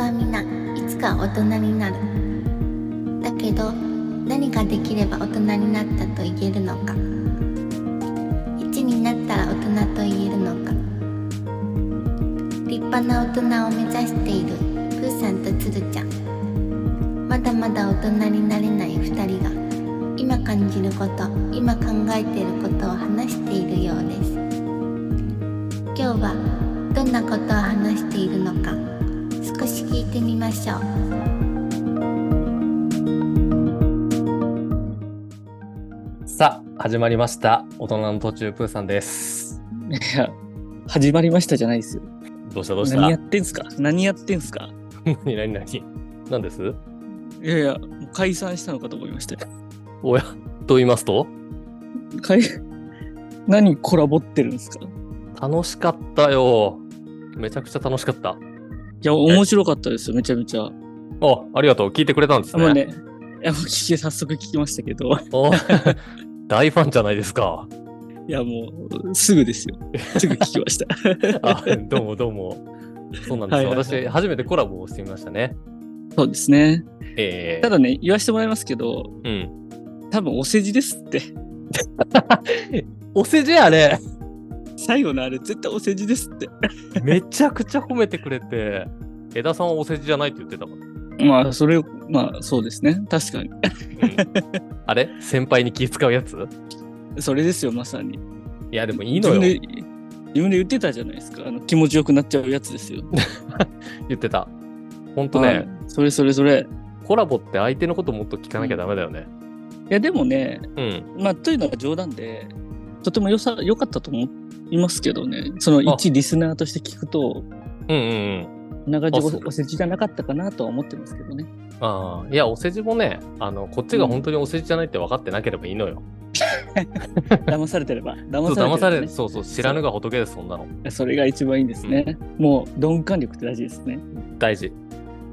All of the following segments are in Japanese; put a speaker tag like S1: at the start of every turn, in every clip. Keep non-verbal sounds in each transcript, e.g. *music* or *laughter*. S1: はみんないつか大人になるだけど何ができれば大人になったと言えるのか1になったら大人と言えるのか立派な大人を目指しているプーさんとつるちゃんまだまだ大人になれない2人が今感じること今考えていることを話しているようです今日はどんなことを話しているのか少し聞いてみましょう
S2: さあ始まりました大人の途中プーさんです
S3: いや、始まりましたじゃないですよ。
S2: どうしたどうした
S3: 何やってんすか何やってんすか
S2: 何 *laughs* 何何何です
S3: いやいや、もう解散したのかと思いましたよ。
S2: おやと言いますと
S3: 解何コラボってるんですかい
S2: 楽しかったよめちゃくちゃ楽しかったあ
S3: や、面白かったですよ、めちゃめちゃ。
S2: ありがとう聞いてくれたんです
S3: あま
S2: ね
S3: あね、いやもう聞き早速聞きましたけど、
S2: お *laughs* 大ファンじゃないですか
S3: いや、もうすぐですよ。 *laughs* すぐ聞きました。
S2: あどうもどうもそうなんですよ
S3: はいはいはい
S2: 私初めてコラボをしてみましたね
S3: そうですね。
S2: えー、
S3: ただね、言わせてもらいますけど、
S2: うん
S3: 多分お世辞ですって。
S2: お世辞あれ
S3: 最後のあれ、絶対お世辞ですって。
S2: めちゃくちゃ褒めてくれて枝さんはお世辞じゃないって言ってたから
S3: まあ、それ、まあ、そうですね。確かに。
S2: うんあれ先輩に気使うやつ
S3: それですよ、まさに。
S2: いやでもいいのよ
S3: 自分で自分で言ってたじゃないですか。あの気持ちよくなっちゃうやつ *laughs* ですよ。
S2: 言ってた。ほんと
S3: は
S2: ね
S3: い、それそれそれ。
S2: コラボって相手のこともっと聞かなきゃダメだよね。
S3: いや、でもね、
S2: うん。
S3: まあ、というのが冗談で、とても良さ、良かったと思いますけどね、その
S2: あ
S3: 一リスナーとして聞くと、
S2: うんうんうん。
S3: 長寿
S2: あそう
S3: おお世辞じゃなかったかなとは思ってますけど *laughs* ね。
S2: ああ、いや、お世辞もね、あの、こっちが本当にお世辞じゃないって分かってなければいいのよ。
S3: 騙されてれば、
S2: そう
S3: 騙され
S2: 騙され、
S3: てれば、ね、
S2: そうそう、知らぬが仏です、そんなの。
S3: それが一番いいんですね。もう、鈍感力って大事ですね。
S2: 大事。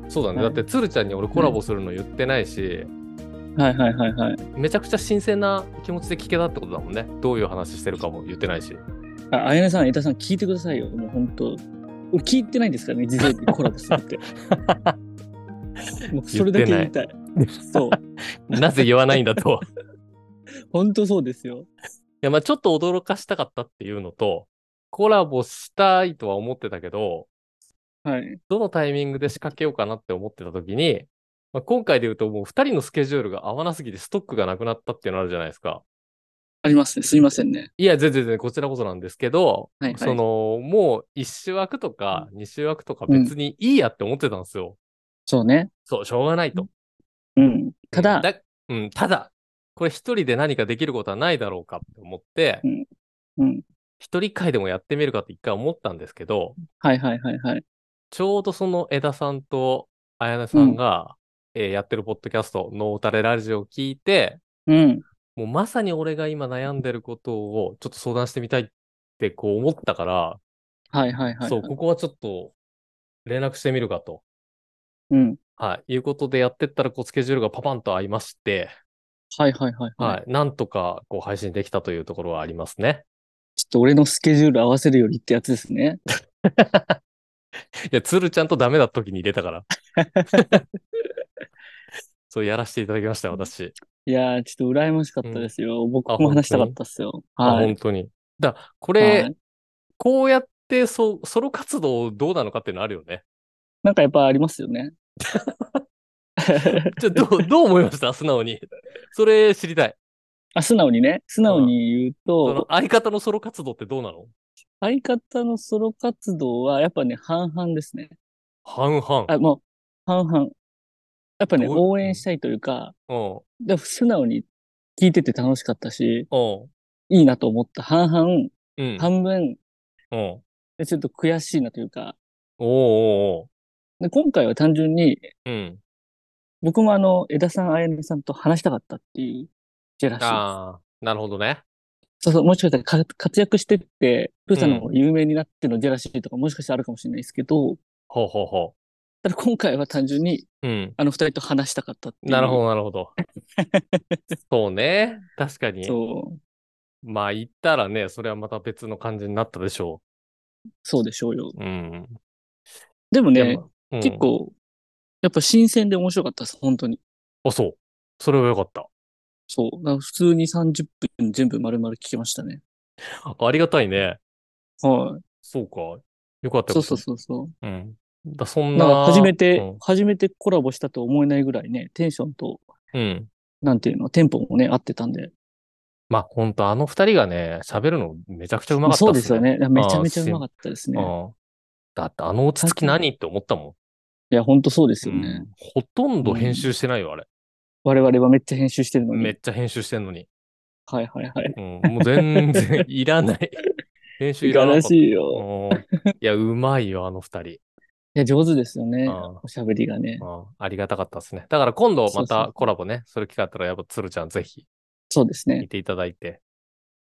S2: そうだね。
S3: は
S2: だ
S3: い
S2: って、鶴ちゃんに俺コラボするの言ってないし、
S3: はいはいはいはい。
S2: めちゃくちゃ新鮮な気持ちで聞けたってことだもんね。どういう話してるかも言ってないし。
S3: あ、あやねさん、江田さん、聞いてくださいよ。もう本当。俺聞いてないんですからね、事前にコラボす
S2: *laughs*
S3: るって。もうそれだけ言いたい。そう。
S2: なぜ言わないんだ *laughs* と。い
S3: 本当そうですよ。
S2: や、まあちょっと驚かしたかったっていうのと、コラボしたいとは思ってたけど、
S3: はい。
S2: どのタイミングで仕掛けようかなって思ってた時に、まあ、今回で言うともう2人のスケジュールが合わなすぎてストックがなくなったっていうのあるじゃないですか。
S3: ありますね。すいませんね。
S2: いや、全然全然こちらこそなんですけど、
S3: はいはい
S2: その、もう1週枠とか2週枠とか別にいいやって思ってたんですよ。
S3: そうね。
S2: そう、しょうがないと。
S3: うん。ただ、
S2: うん、ただ、これ1人で何かできることはないだろうかって思って、
S3: うん。
S2: 1人会でもやってみるかって一回思ったんですけど、
S3: はいはいはいはい。
S2: ちょうどその枝さんと綾音さんが、えーやってるポッドキャスト、ノータレラジオを聞いて、
S3: うん。
S2: もうまさに俺が今悩んでることをちょっと相談してみたいってこう思ったから、
S3: はいはいはい。
S2: そう、ここはちょっと連絡してみるかと、
S3: うん。
S2: はい、いうことでやってったらこうスケジュールがパパンと合いまして、
S3: はいはいはい。。
S2: はいい、なんとかこう配信できたというところはありますね。
S3: ちょっと俺のスケジュール合わせるよりってやつですね。
S2: いや、鶴ちゃんとダメだ時に入れた
S3: *laughs*
S2: から。そう、やらせていただきました、私。
S3: いやー、ちょっと羨ましかったですよ。僕
S2: あ
S3: も話したかったっすよ。
S2: あ
S3: はい。
S2: 本当に。だ、こ
S3: はい
S2: れ、こうやってそソロ活動どうなのかっていうのあるよね。
S3: なんかやっぱあります
S2: *laughs*
S3: よね。
S2: じゃあどうどう思いました素直に。それ知りたい。
S3: あ素直にね、素直に言う
S2: その
S3: と、
S2: 相方のソロ活動ってどうなの
S3: 相方のソロ活動はやっぱね、半々ですね。
S2: 半々。
S3: あ、もう、半々。やっぱね、
S2: どういう
S3: 応援したいというか、
S2: うん。
S3: で素直に聞いてて楽しかったし、
S2: うん。
S3: いいなと思った。半々、
S2: うん。
S3: 半分、
S2: うん。おう
S3: でちょっと悔しいなというか、
S2: おうお
S3: で今回は単純に、
S2: う。うん。
S3: 僕もあの、枝さん、あやねさんと話したかったっていう、ジェラシー。
S2: ああ、なるほどね。
S3: そうそう、もしかしたらか活躍してって、プーさんの方が有名になってのジェラシーとかもしかしたらあるかもしれないですけど、
S2: ほうほうほ
S3: ただ今回は単純に、
S2: う。うん。
S3: あの二人と話したかったっていう。
S2: なるほど、なるほ
S3: *laughs*
S2: ど。そうね。確かに。
S3: そう、
S2: まあ言ったらね、それはまた別の感じになったでしょ
S3: そうでしょうよ。
S2: う。うん。
S3: でも
S2: で
S3: ね、
S2: もうん
S3: 結。構、やっぱ新鮮で面白かったです、本当に。
S2: あ、そう。それはよかった。
S3: そう。だから普通に30分全部丸々聞けましたね。
S2: ありがたいね。
S3: は
S2: そうか。よかっ
S3: い。
S2: たよ
S3: そうそうそうそう。
S2: うん。だそん
S3: な
S2: な。
S3: んか初めて、
S2: うん
S3: 初めてコラボしたと思えないぐらいね、テンションと、
S2: うん。
S3: なんていうの、テンポもね、合ってたんで。
S2: まあ、ほんと、あの二人がね、喋るのめちゃくちゃうまかった
S3: そ
S2: っ
S3: うですよ。ね。めちゃめちゃ
S2: あ
S3: う
S2: ー
S3: まかったです
S2: う
S3: ね。
S2: ん。だって、あの落ち着き何って思ったも
S3: いや、ほんとそうです
S2: ん。
S3: よ
S2: う
S3: ね
S2: ん。ほとんど編集してないよ、あれ。
S3: 我々はめっちゃ編集してるの
S2: め
S3: に。
S2: っちゃ編集してんのに。
S3: はいはいはい。
S2: うん。もう全然いら
S3: *laughs*
S2: ない。編集いらなか
S3: 悲
S2: った。
S3: しいよ。
S2: うんいや、うまいよ、あの二人。
S3: いや、上手ですよね。
S2: あー
S3: おしゃべりがね。
S2: うんありがたかったですね。だから今度ま
S3: そうそ
S2: た
S3: う
S2: コラボね、それ機会あったら、やっぱ鶴ちゃんぜひ
S3: そうですね
S2: 見。ていただいて。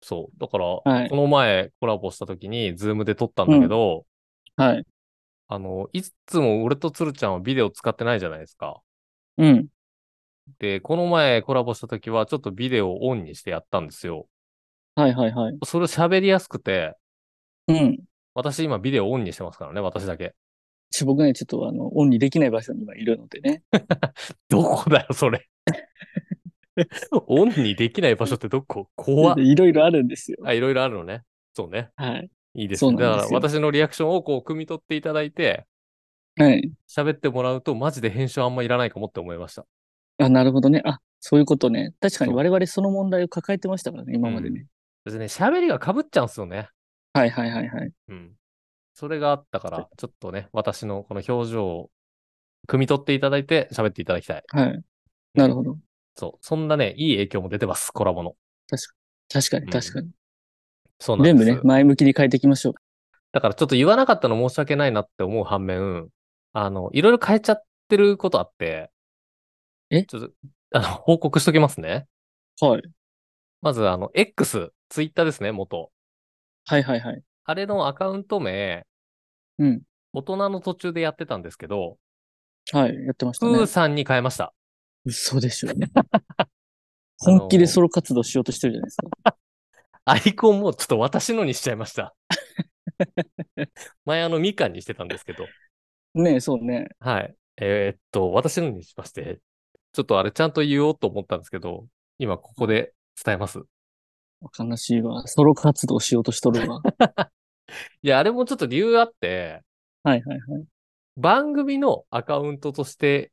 S2: そう。だから、
S3: はい
S2: この前コラボした時に、ズームで撮ったんだけど、
S3: はい。
S2: あの、いつも俺と鶴ちゃんはビデオ使ってないじゃないですか。
S3: うん。
S2: で、この前コラボした時は、ちょっとビデオをオンにしてやったんですよ。
S3: はいはいはい。
S2: それ喋りやすくて、
S3: うん。
S2: 私今ビデオオンにしてますからね、私だけ。
S3: ちょ僕ね、ちょっとあの、オンにできない場所に今いるのでね。
S2: どこだよ、それ。オンにできない場所ってどこ怖っ
S3: でいろいろあるんですよ。
S2: あ、いろいろあるのね。そうね。
S3: はい。
S2: いいです
S3: そう
S2: ね。
S3: なんで
S2: だ
S3: す
S2: か
S3: よ
S2: ら私のリアクションをこう、汲み取っていただいて、
S3: はい。
S2: 喋ってもらうと、マジで編集あんまいらないかもって思いました。
S3: あ、なるほどね。あ、そういうことね。確かに
S2: そう
S3: 我々その問題を抱えてましたからね、今までね。
S2: ですね、喋りが被っちゃうんすよね。
S3: はいはいはいはい。
S2: うん。それがあったから、ちょっとね、私のこの表情を汲み取っていただいて、喋っていただきたい。
S3: はい。なるほど。
S2: そう。そんなね、いい影響も出てます、コラボの。
S3: 確かに
S2: うん
S3: 確かに。
S2: そうなんです
S3: 全部ね、前向きに変えていきましょう。
S2: だからちょっと言わなかったの申し訳ないなって思う反面、あの、いろいろ変えちゃってることあって、
S3: え
S2: ちょっと、あの、報告しときますね。
S3: はい。
S2: まず、あの、X、ツイッターですね、元。
S3: はいはいはい。
S2: あれのアカウント名、
S3: うん。
S2: 大人の途中でやってたんですけど、
S3: はい。やってました
S2: ふー
S3: ね。
S2: さんに変えました。
S3: 嘘でしょ。
S2: *laughs* あの
S3: 本気でソロ活動しようとしてるじゃないですか。
S2: アイコンもちょっと私のにしちゃいま
S3: *laughs*
S2: した。前あの、みかんにしてたんですけど、
S3: ねえ、そうね。
S2: はい。えーっと、私のにしまして、ちょっとあれちゃんと言おうと思ったんですけど、今ここで伝えます。
S3: 悲しいわ。ソロ活動しようとしと
S2: *laughs*
S3: るわ。はい
S2: や、あれもちょっと理由あって、
S3: いはいはい。
S2: 番組のアカウントとして、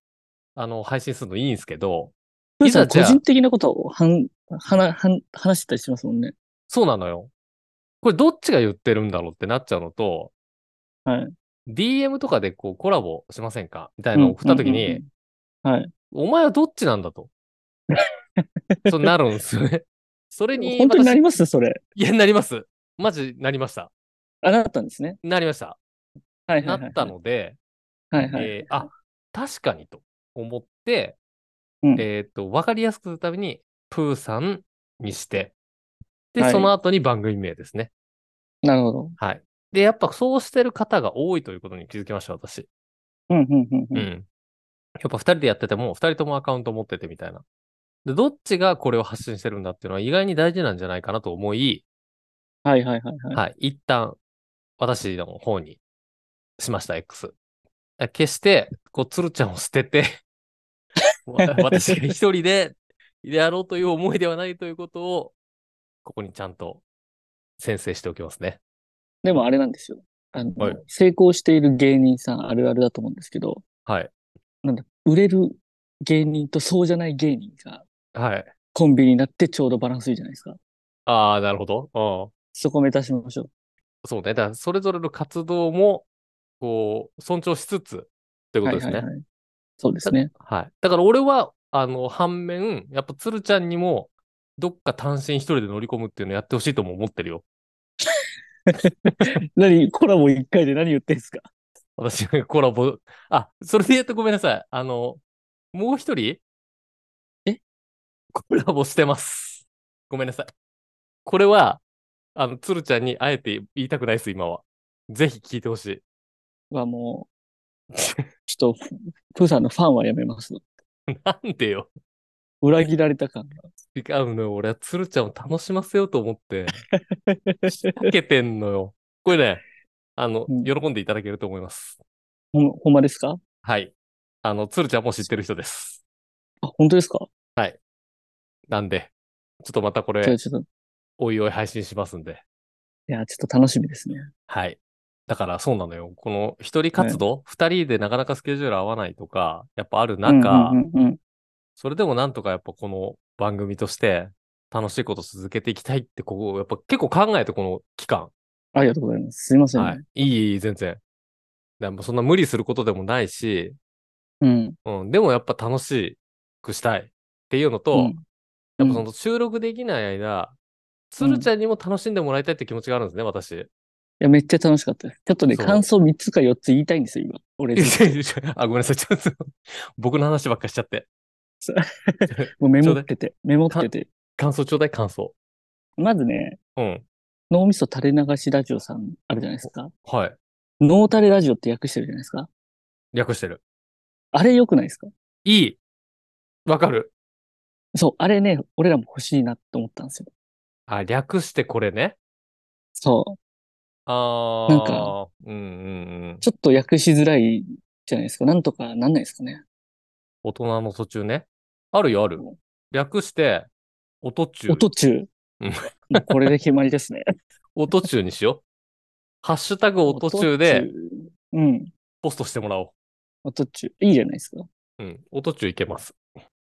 S2: あの、配信するのいいんですけど、
S3: ふーさん、
S2: いざじ
S3: 個
S2: ゃあ
S3: 人的なことをはんはなはん話してたりしますもんね。
S2: そうなのよ。これどっちが言ってるんだろうってなっちゃうのと、
S3: はい。
S2: DM とかでこうコラボしませんかみたいなのを送った時
S3: うんうん
S2: に、
S3: うんうんはい。
S2: お前はどっちなんだと。
S3: *laughs*
S2: そうなるんですよね。それに、
S3: 本当になり
S2: 私
S3: ますそれ。
S2: いや、なります。マジなりました。
S3: あ、なったんですね。
S2: なりました。
S3: はい
S2: な
S3: は、
S2: い
S3: はい。
S2: った。ので、
S3: はいはい。
S2: えーあ、確かにと思って、
S3: うん
S2: えっ、と、わかりやすくするために、プーさんにして、で、
S3: はい
S2: その後に番組名ですね。
S3: なるほど。
S2: はい。で、やっぱそうしてる方が多いということに気づきました、私。
S3: うんうんうん
S2: う。
S3: うんん。
S2: やっぱ二人でやってても、二人ともアカウント持っててみたいな。で、どっちがこれを発信してるんだっていうのは意外に大事なんじゃないかなと思い、
S3: はいはいはい *laughs* はい。
S2: はい。一旦、私の方にしました、X。え決して、こう、鶴ちゃんを捨て *laughs* て、わ私が一人でやろうという思いではないということを、ここにちゃんと宣誓しておきますね。
S3: でもあれなんですよ。あの、
S2: はい
S3: 成功している芸人さんあるあるだと思うんですけど、
S2: はい。
S3: なんだ、売れる芸人とそうじゃない芸人が
S2: はい。
S3: コンビになってちょうどバランスいいじゃないですか。
S2: ああ、なるほど。うん。
S3: そこ目指しましょう。
S2: そうね。だから、それぞれの活動も、こう、尊重しつつ、ということですね。
S3: はいはいはい。そうですね。
S2: はい。だから俺は、あの、反面、やっぱ鶴ちゃんにも、どっか単身一人で乗り込むっていうのやってほしいとも思ってるよ。
S3: 何コラボ一回で何言ってんすか
S2: 私がコラボ、あ、それで言うとごめんなさい。あの、もう一人
S3: え
S2: コラボしてます。ごめんなさい。これは、あの、鶴ちゃんにあえて言いたくないです、今は。ぜひ聞いてほしい。
S3: はもう、ちょっと、プーさんのファンはやめます。
S2: *laughs* なんでよ。
S3: 裏切られた感が。
S2: 違うのよ。俺は鶴ちゃんを楽しませようと思って、仕掛けてんのよ。これね、あの、
S3: うん
S2: 喜んでいただけると思います。
S3: *laughs* ほん、ほんまですか
S2: はい。あの、鶴ちゃんも知ってる人です。
S3: あ、本当ですか
S2: なんで、ちょっとまたこ
S3: じゃ
S2: れ
S3: あ、ちょっと、
S2: おいおい配信しますんで。
S3: いや、ちょっと楽しみですね。
S2: はい。だからそうなのよ。この一人活動、二、人でなかなかスケジュール合わないとか、やっぱある中、
S3: うんうんうんうん、
S2: それでもなんとかやっぱこの番組として楽しいこと続けていきたいって、ここ、やっぱ結構考えて、この期間。
S3: ありがとうございます。すいません、ね
S2: はい。いい、いい、全然。でもそんな無理することでもないし、
S3: うん。
S2: うん、でもやっぱ楽しくしたいっていうのと、
S3: うん
S2: やっぱその収録できない間、つるちゃんにも楽しんでもらいたいって気持ちがあるんですね、私。
S3: いや、めっちゃ楽しかったです。ちょっとね、
S2: そう
S3: 感想3つか4つ言いたいんですよ、今。俺、
S2: *laughs* あ、ごめんなさい、ちょっと *laughs* 僕の話ばっかりしちゃって。
S3: もうメモってて、メモってて。
S2: 感想ちょうだい、感想。
S3: まずね、
S2: うん。
S3: 脳みそ垂れ流しラジオさんあるじゃないですか。
S2: はい。
S3: 脳垂れラジオって訳してるじゃないですか。
S2: 略してる。
S3: あれ良くないですか
S2: いい。わかる。
S3: そう、あれね、俺らも欲しいなって思ったんですよ。
S2: あ、略してこれね。
S3: そ
S2: あー。
S3: なんか。
S2: うんうんうん
S3: う。。ちょっと訳しづらいじゃないですか。なんとかなんないですかね。
S2: 大人の途中ね。あるよ、ある。略して、音中。
S3: 音中。
S2: うん
S3: もうこれで決まりですね。
S2: 音中にしよう。ハッシュタグ *laughs* 音中で
S3: 中。うん。
S2: ポストしてもらお
S3: 音中。いいじゃないですか。
S2: う。うん。音中いけます。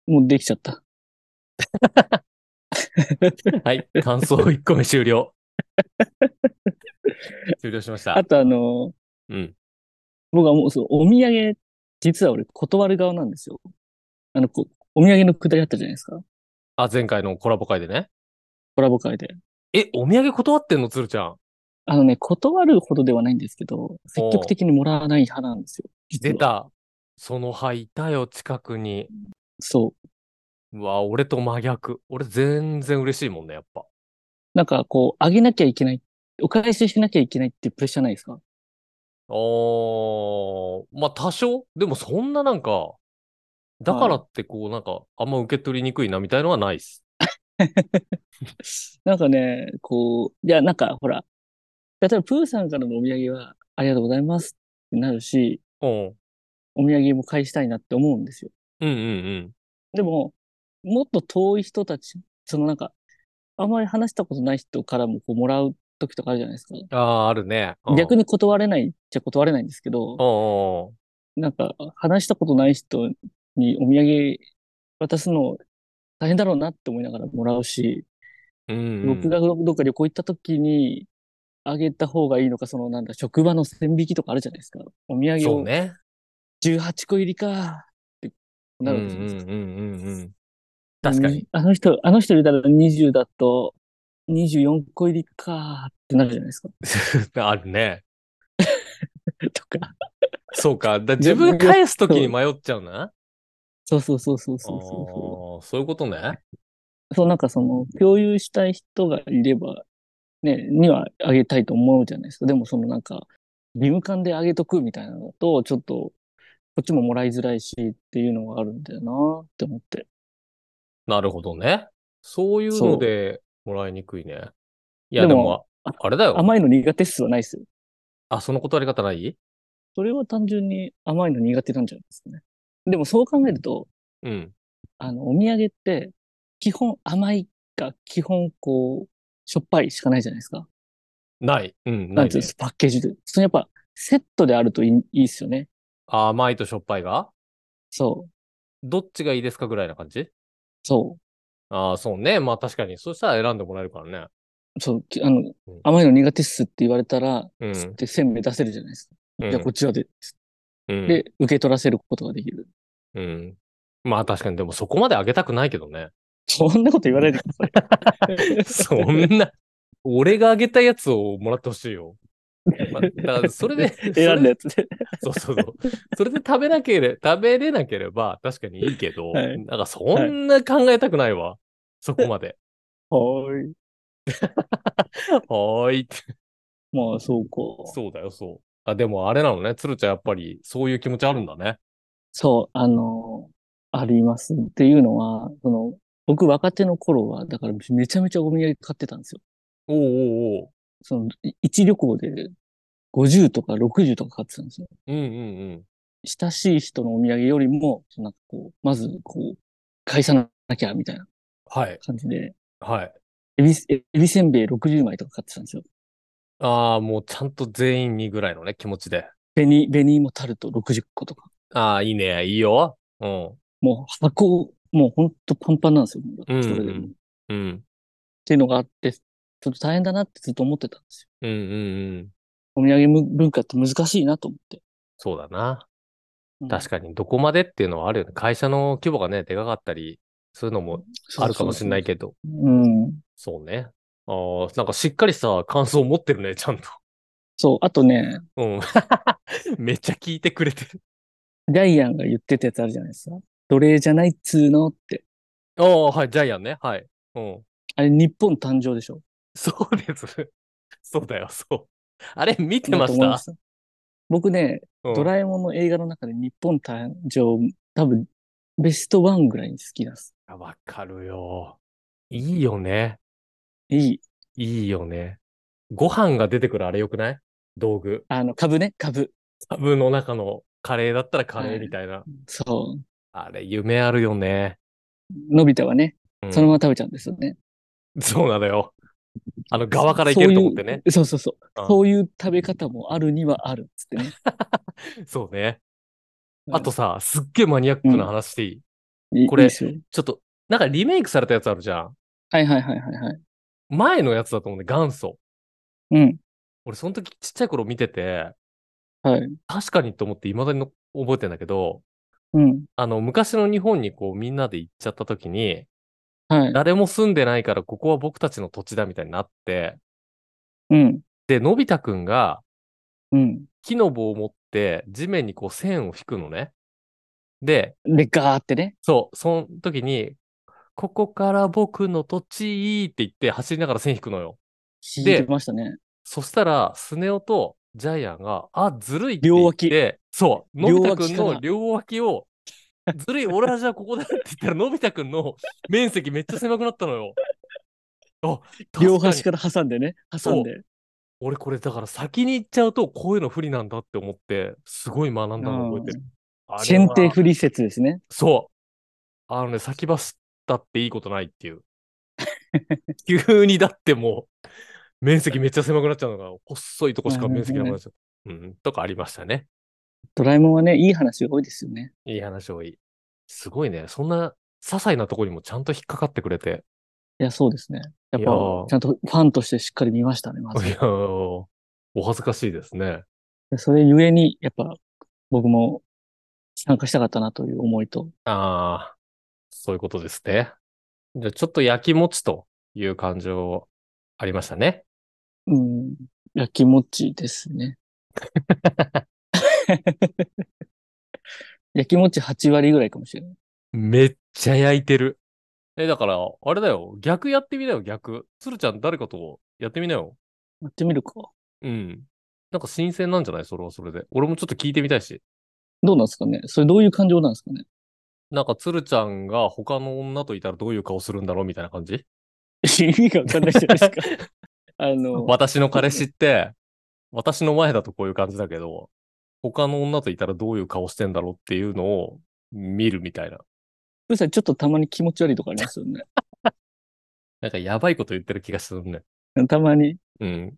S3: もうできちゃ
S2: *laughs*
S3: った。
S2: はい。感想1個目終了。 *laughs* 終了しました
S3: あ。とあの、
S2: うん。
S3: 僕はもうそう、お土産、実は俺断る側なんですよ。あの、こお土産のくだりあったじゃないですか。
S2: あ、前回のコラボ会でね。
S3: コラボ会で。
S2: え、お土産断ってんのつるちゃん。
S3: あのね、断るほどではないんですけど、積極的にもらわない派なんですよ。
S2: 出
S3: 実は。
S2: た。その歯いたよ、近くに。
S3: そう。
S2: うわ、俺と真逆。俺全然嬉しいもんね、やっぱ。
S3: なんかこう、あげなきゃいけない、お返ししなきゃいけないっていうプレッシャーないですか
S2: おー、まあ多少でもそんななんか、だからってこうなんか、あんま受け取りにくいなみたいのはないっす。
S3: なんかね、こう、いや、なんかほら、例えばプーさんからのお土産は、ありがとうございますってなるし、
S2: うん。
S3: お土産も返したいなって思うんですよ。
S2: うんうん
S3: でも、もっと遠い人たち、そのなんか、あんまり話したことない人からもこうもらう時とかあるじゃないですか。
S2: うん。ああ、あるね。
S3: 逆
S2: に。
S3: に断れないっちゃ断れないんですけど
S2: う、んうん。
S3: なんか話したことない人にお土産渡すの大変だろうなって思いながらもらうし、
S2: うんうん、
S3: 僕がどっか旅行行った時にあげた方がいいのか、そのなんだ、職場の線引きとかあるじゃないですか。お土産
S2: そう
S3: を
S2: ね。
S3: 18個入りかってなるわけじゃないですか。
S2: うんうんうんうんうん。確かに。
S3: あの人、あの人入れたら20だと、24個入りかーってなるじゃないです
S2: *laughs*
S3: か。
S2: あるね。
S3: とか。
S2: そうか。だ
S3: 自
S2: 自
S3: 分
S2: 分返すときに迷っちゃうな。
S3: そうそうそうそう
S2: ああ
S3: そうそ
S2: ー、そういうことね。
S3: う。そう、なんかその、共有したい人がいれば、ね、にはあげたいと思うじゃないですか。でもそのなんか、義務感であげとくみたいなのだと、ちょっと、こっちももらいづらいしっていうのがあるんだよなーって思って。
S2: なるほどね。そういう
S3: そう
S2: のでもらいにくいね。いや、
S3: で
S2: で
S3: も
S2: も、ああれだよ。
S3: 甘いの苦手っすはないっすよ。
S2: あ、その断り方ない
S3: それは単純に甘いの苦手なんじゃないですかね。でもそう考えると、
S2: うん。
S3: あの、お土産って、基本甘いか、基本こう、しょっぱいしかないじゃないですか。
S2: ない。うん、
S3: な
S2: なんい
S3: ていう
S2: ね
S3: んです。か、パッケージで。そのやっぱ、セットであるといいいいですよね。
S2: あ甘いとしょっぱいが
S3: そう、
S2: どっちがいいですかぐらいな感じ
S3: そ
S2: ああ、そうね。まあ確かに。そしたら選んでもらえるからね。
S3: う、そう、きあの
S2: うん、
S3: 甘いの苦手っすって言われたら、
S2: うん
S3: つって1000目出せるじゃないですか。
S2: うん
S3: じゃあこっちらで、つっ
S2: うん。
S3: て受け取らせることができる。
S2: うん。まあ確かに、でもそこまであげたくないけどね。。
S3: そんなこと言わないでください、
S2: そんな、俺があげたやつをもらってほしいよ。まあ、だからそれで *laughs*
S3: *laughs* 選んだやつで。
S2: それでそうそうそう。それで食べなければ、食べれなければ確かにいいけど、
S3: はい
S2: なんかそんな考えたくないわ。そこまで。
S3: はーい。
S2: はーいって。
S3: まあ、そうか。
S2: そうだよ、そう。あ、でもあれなのね。鶴ちゃんやっぱりそういう気持ちあるんだね。
S3: そう、あの、あります。っていうのは、その、僕若手の頃は、だからめちゃめちゃお土産買ってたんですよ。
S2: おうおうおう。
S3: その、い一旅行で50とか60とか買ってたんですよ。
S2: うんうんうん。
S3: 親しい人のお土産よりも、なんかこう、まずこう、返さなきゃみたいな
S2: はい。
S3: 感じで、
S2: はい。
S3: エビ、エビせんべい60枚とか買ってたんですよ。
S2: ああ、もうちゃんと全員にぐらいのね、気持ちで。
S3: 紅、紅芋タルト60個とか。
S2: ああ、いいね。いいよ。うん。
S3: もう箱、もうほんとパンパンなんですよ。
S2: うん
S3: それでも。っ
S2: うん。
S3: ていうのがあって、ちょっと大変だなってずっと思ってたんです
S2: う
S3: よ。
S2: んうんうん。
S3: お土産む文化って難しいなと思って。
S2: そうだな。
S3: うん
S2: 確かに、どこまでっていうのはあるよね。会社の規模がね、でかかったり、そういうのもあるかもしれない
S3: ど。
S2: けど。
S3: うん。
S2: そうね。ああ、なんかしっかりさ、感想を持ってるね、ちゃんと。
S3: そう。あとね、
S2: *laughs* うん。めっちゃ聞いてくれてる。
S3: ジャイアンが言ってたやつあるじゃないですか。奴隷じゃないっつーのって。
S2: ああ、はい、ジャイアンね。はい。うん。
S3: あれ、日本誕生でしょ
S2: そうです。そうだよ、そう。あれ、見てま
S3: だと
S2: し
S3: 思い
S2: た
S3: す僕ね、
S2: うん
S3: ドラえもんの映画の中で日本誕生、多分、ベストワンぐらいに好きなんです。
S2: わかるよ。いいよね。
S3: いい。
S2: いいよね。ご飯が出てくるあれよくない道具。
S3: あの、株ね、株。
S2: タブの中のカレーだったらカレーみたいな。
S3: そ
S2: あれ、夢あるよね。
S3: う。のび太はね、
S2: うん
S3: そのまま食べちゃうんですよね。
S2: そうなのよ。あの、側からいけると思ってね。
S3: そうそうそうそ
S2: う
S3: う。
S2: ん
S3: そういう食べ方もあるにはあるっつってね。
S2: そうね。
S3: うん
S2: あとさ、すっげえマニアックな話していい、*laughs*
S3: い
S2: これ
S3: いいですよ
S2: ちょっと、なんかリメイクされたやつあるじゃん。
S3: はいはいはいはいはい。
S2: 前のやつだと思うね、元祖。
S3: うん。
S2: 俺、その時ちっちゃい頃見てて、
S3: はい。
S2: 確かにと思って未だにの覚えてんだけど、
S3: うん。
S2: あの、昔の日本にこうみんなで行っちゃった時に、
S3: はい。
S2: 誰も住んでないからここは僕たちの土地だみたいになって、
S3: うん。
S2: で、のび太くんが
S3: うん。
S2: 木の棒を持って地面にこう線を引くのね。で、
S3: で、ガーってね。
S2: そう、その時に、ここから僕の土地って言って走りながら線引くのよ。
S3: 引いてましたね。
S2: そしたら、スネ夫とジャイアンが、あ、ずるいって
S3: 両
S2: 言っ
S3: 脇
S2: て、そう、のび
S3: 両
S2: 太
S3: 脇
S2: くん
S3: か
S2: の
S3: ら
S2: 両脇を、ずるい、俺はじゃあここだって言ったら、のび太くんの面積めっちゃ狭くなったのよ。あ、
S3: 両
S2: 確かに
S3: 端から挟んでね。挟んで。
S2: 俺これだから先に行っちゃうとこういうの不利なんだって思って、すごい学んだの覚えてる。あれは
S3: 先手不利説ですね。
S2: そう。あのね、先走ったっていいことないっていう。急にだってもう、面積めっちゃ狭くなっちゃうのが、細いとこしか面積なくなっちゃう。うん、とかありましたね。
S3: ドラえもんはね、いい話が多いですよね。
S2: いい話多い。すごいね。そんな、些細なとこにもちゃんと引っかかってくれて。
S3: いや、そうですね。やっ
S2: い
S3: ぱ
S2: やー、
S3: ちゃんとファンとしてしっかり見ましたね、ま
S2: い
S3: ず。
S2: やーお恥ずかしいですね。
S3: それゆえに、やっぱ、僕も参加したかったなという思いと。
S2: ああ、そういうことですね。じゃあちょっとやきもちという感情ありましたね。
S3: うん。やきもちで
S2: *laughs*
S3: すね。やきもち8割ぐらいかもしれない。
S2: めっちゃ焼いてる。え、だから、あれだよ。逆やってみなよ、逆。鶴ちゃん誰かとやってみなよ。
S3: やってみるか。
S2: うん。なんか新鮮なんじゃないそれはそれで。俺もちょっと聞いてみたいし。
S3: どうなんですかねそれどういう感情なんですかね
S2: なんか鶴ちゃんが他の女といたらどういう顔するんだろうみたいな感じ
S3: 意味がわかんないじゃないで
S2: *laughs*
S3: すか。あの、
S2: 私の彼氏って、私の前だとこういう感じだけど、他の女といたらどういう顔してんだろうっていうのを見るみたいな。
S3: うさんちょっとたまに気持ち悪いとかありますよね。
S2: なんかやばいこと言ってる気がするね。
S3: たまに。
S2: うん。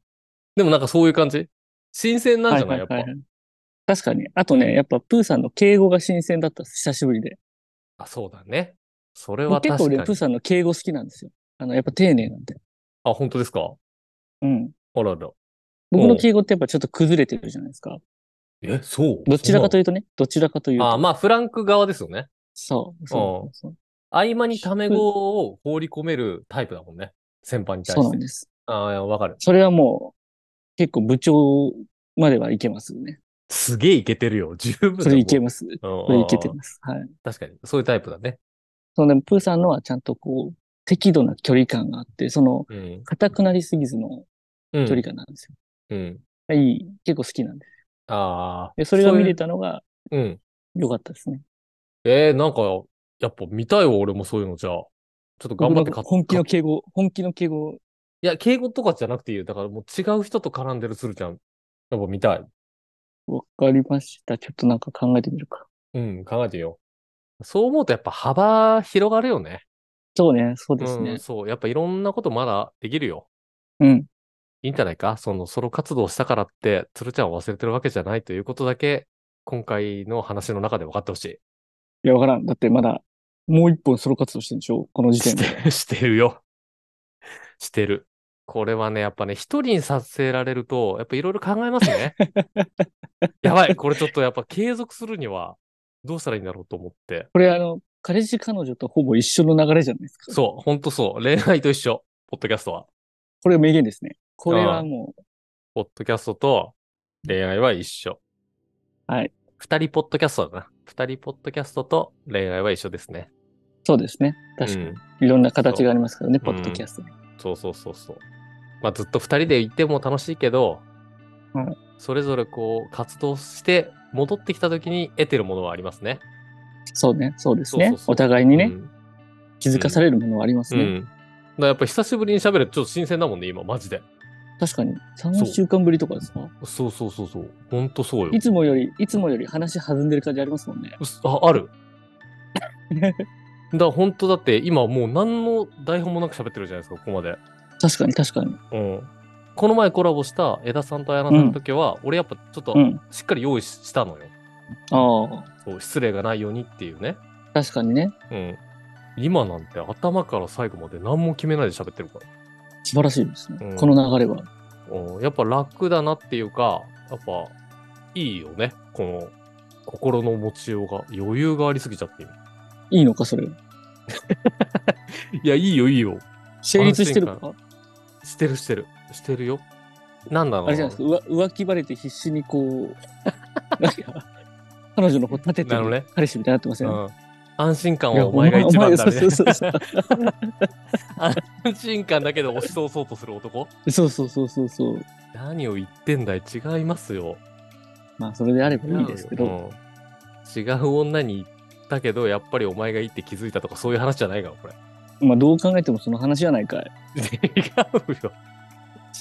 S2: でもなんかそういう感じ新鮮なんじゃないやっぱ
S3: は。はいはい確かに。あとね、やっぱプーさんの敬語が新鮮だったです久しぶりで。
S2: あ、そうだね。それは
S3: 僕
S2: 確
S3: 結
S2: か
S3: 構
S2: に。
S3: ね、プーさんの敬語好きなんですよ。あの、やっぱ丁寧なんで。
S2: あ、本当ですか
S3: うん。
S2: あらら。
S3: 僕の敬語ってやっぱちょっと崩れてるじゃないですか。
S2: え、そう
S3: どちらかと
S2: い
S3: いうとね、どちらかというと。
S2: あ、まあ、フランク側ですよね。
S3: そう。そうそう
S2: 合間にタメ語を放り込めるタイプだもんね。先輩に対
S3: そう
S2: し
S3: なん
S2: て。
S3: です。
S2: ああ、わかる。
S3: それはもう、結構部長まではいけますよね。
S2: すげえいけてるよ。十分だ
S3: それいけ
S2: も
S3: ます。
S2: う
S3: それいけて
S2: うんうんうん
S3: ます。はい。
S2: 確かに。そういうタイプだね。
S3: そのでもプーさんのはちゃんとこう、適度な距離感があって、その、
S2: うん。
S3: 硬くなりすぎずの
S2: 距
S3: 距離感なんです
S2: う
S3: よ。
S2: ん。
S3: いい、結構好きなんです。
S2: ああ。
S3: で、それが見れ
S2: た。
S3: たのが
S2: うん。
S3: 良かったですね。
S2: えー、なんか、やっぱ見たいわ、俺もそういうのじゃあ。ちょっと頑張って買っ
S3: 僕の本気の
S2: 買っ
S3: 敬語、本気の敬語、
S2: いや、敬語とかじゃなくていいよ。だからもう違う人と絡んでる鶴ちゃん。やっぱ見たい。
S3: わかりました。ちょっとなんか考えてみるか。
S2: うん、考えてみよう。そう思うとやっぱ幅広がるよね。
S3: そうね、そうです
S2: うん、
S3: ね。
S2: そう。やっぱいろんなことまだできるよ。
S3: うん。
S2: いいんじゃないかそのソロ活動したからって、鶴ちゃんを忘れてるわけじゃないということだけ、今回の話の中で分かってほしい。
S3: いや、わからん。だってまだ、もう一本ソロ活動してるんでしょこの時点
S2: し
S3: で。
S2: て、 *laughs* してるよ。してる。これはね、やっぱね、一人にさせられると、やっぱいろいろ考えます
S3: *laughs*
S2: ね。やばい、これちょっとやっぱ継続するには、どうしたらいいんだろうと思って。
S3: これあの、彼氏彼女とほぼ一緒の流れじゃないですか。
S2: そう、ほんとそう。恋愛と一緒。ポッドキャストは。
S3: これ名言ですね。これ
S2: あ
S3: は
S2: ー
S3: もう、
S2: ポッドキャストと恋愛は一緒。
S3: はい。
S2: 二人ポッドキャストだな。二人ポッドキャストと恋愛は一緒ですね。
S3: そうですね。確かに。
S2: うん
S3: いろんな形がありますからね、
S2: そ
S3: ポ
S2: う
S3: ッドキャストね。
S2: そうそうそうそう。まあずっと二人でいても楽しいけど、
S3: はい
S2: それぞれこう活動して戻ってきた時に得てるものはありますね。
S3: そうね、そうです
S2: そう
S3: ね
S2: そう。そう
S3: お互いに
S2: う
S3: ね、
S2: ん。
S3: 気づかされるものはあります
S2: う
S3: ね。
S2: んだからやっぱ久しぶりに喋るとちょっと新鮮だもんね、今、マジで。
S3: 確かに、
S2: そう
S3: 3週間ぶりとかですか
S2: そうそうそうそう。ほんとそうよ。
S3: いつもより、いつもより話弾んでる感じありますもんね。
S2: うっすあ、ある。
S3: *laughs*
S2: だ、本当だって、今もう何の台本もなく喋ってるじゃないですか、ここまで。
S3: 確かに、確かに。
S2: うん。この前コラボした江田さんと綾菜さんの時は、俺やっぱちょっと
S3: うん。
S2: しっかり用意ししたのよ。
S3: あ
S2: そう、失礼がないようにっていうね。
S3: あ、確かにね。
S2: うん。今なんて頭から最後まで何も決めないで喋ってるか
S3: 素晴らしいですね。
S2: うん
S3: この流れは。
S2: ら。うん。やっぱ楽だなっていうか、やっぱいいよね。この心の持ちようが。余裕がありすぎちゃって今。
S3: いいのか、それ。
S2: いや、いいよ、いいよ。
S3: 成立してるか
S2: 安してるしてる。してるよ。なんだろう。
S3: あれじゃないですか、うわ浮気バレて必死にこう、 *laughs* なんか、彼女のほ立てて
S2: なるほどね
S3: る彼氏みたいになってません、
S2: うん。安心感
S3: いや
S2: はお前が一番だ
S3: お前そう
S2: ね。
S3: そうそう
S2: *laughs* 安心感だけで押し通そうとする男
S3: そうそうそうそうそう。
S2: 何を言ってんだい違いますよ。
S3: まあ、それであればいいですけど、
S2: うん違う女に言ったけど、やっぱりお前がいいって気づいたとかそういう話じゃないから、これ。 *laughs*
S3: まあ、どう考えてもその話やないかい。
S2: 違うよ。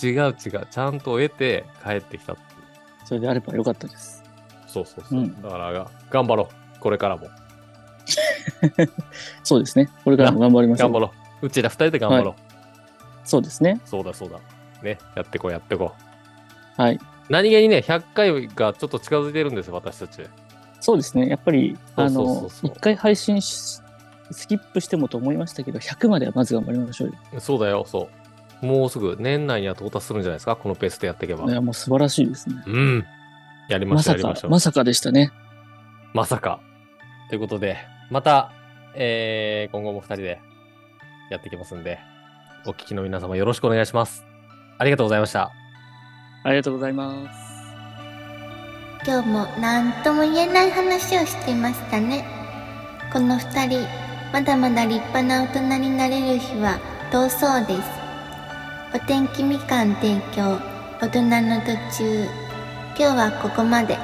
S2: 違う違う。ちゃんと得て帰ってきたっていう
S3: それであればよかったです。
S2: そうそうそう。
S3: うん
S2: だからが、頑張ろう。これからも。
S3: そうですね。これからも頑張りましょう。
S2: 頑張ろう。うちら二人で頑張ろう。
S3: そうですね。
S2: そうだそうだ。ね。やってこうやってこう。
S3: はい。
S2: 何気にね、100回がちょっと近づいてるんですよ、私たち。
S3: そうですね。やっぱり、あ
S2: そうそうそう
S3: の、
S2: そう
S3: 一回配信し、スキップしてもと思いましたけど、100まではまず頑張りましょうよ。
S2: そうだよ、そう。もうすぐ年内には到達するんじゃないですか、このペースでやっていけば。
S3: いや、もう素晴らしいですね。
S2: うん。やりま
S3: ま
S2: しょう、
S3: さ
S2: やり
S3: か
S2: まし、ょう。
S3: まさかでしたね。
S2: まさか。ということで、また、えー、今後も2人でやっていきますんで、お聞きの皆様よろしくお願いします。ありがとうございました。
S3: ありがとうございます。
S1: 今日も何とも言えない話をしていましたねこの2人まだまだ立派な大人になれる日は遠そうですお天気みかん提供大人の途中今日はここまで